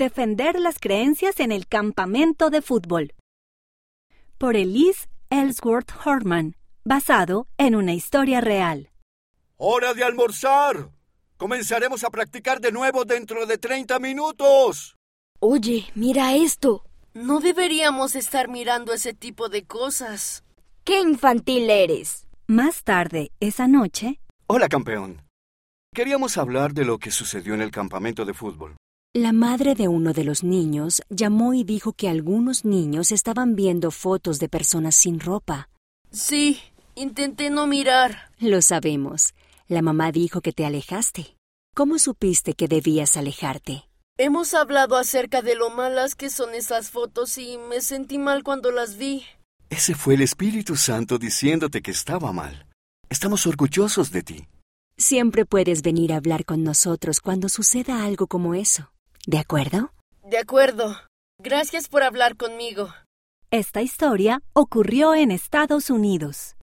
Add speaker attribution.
Speaker 1: Defender las creencias en el campamento de fútbol. Por Elise Ellsworth Horman, basado en una historia real.
Speaker 2: ¡Hora de almorzar! Comenzaremos a practicar de nuevo dentro de 30 minutos.
Speaker 3: Oye, mira esto.
Speaker 4: No deberíamos estar mirando ese tipo de cosas.
Speaker 3: ¡Qué infantil eres!
Speaker 1: Más tarde, esa noche,
Speaker 2: Hola, campeón. Queríamos hablar de lo que sucedió en el campamento de fútbol.
Speaker 5: La madre de uno de los niños llamó y dijo que algunos niños estaban viendo fotos de personas sin ropa.
Speaker 4: Sí, intenté no mirar.
Speaker 5: Lo sabemos. La mamá dijo que te alejaste. ¿Cómo supiste que debías alejarte?
Speaker 4: Hemos hablado acerca de lo malas que son esas fotos y me sentí mal cuando las vi.
Speaker 2: Ese fue el Espíritu Santo diciéndote que estaba mal. Estamos orgullosos de ti.
Speaker 5: Siempre puedes venir a hablar con nosotros cuando suceda algo como eso. ¿De acuerdo?
Speaker 4: De acuerdo. Gracias por hablar conmigo.
Speaker 1: esta historia ocurrió en Estados Unidos.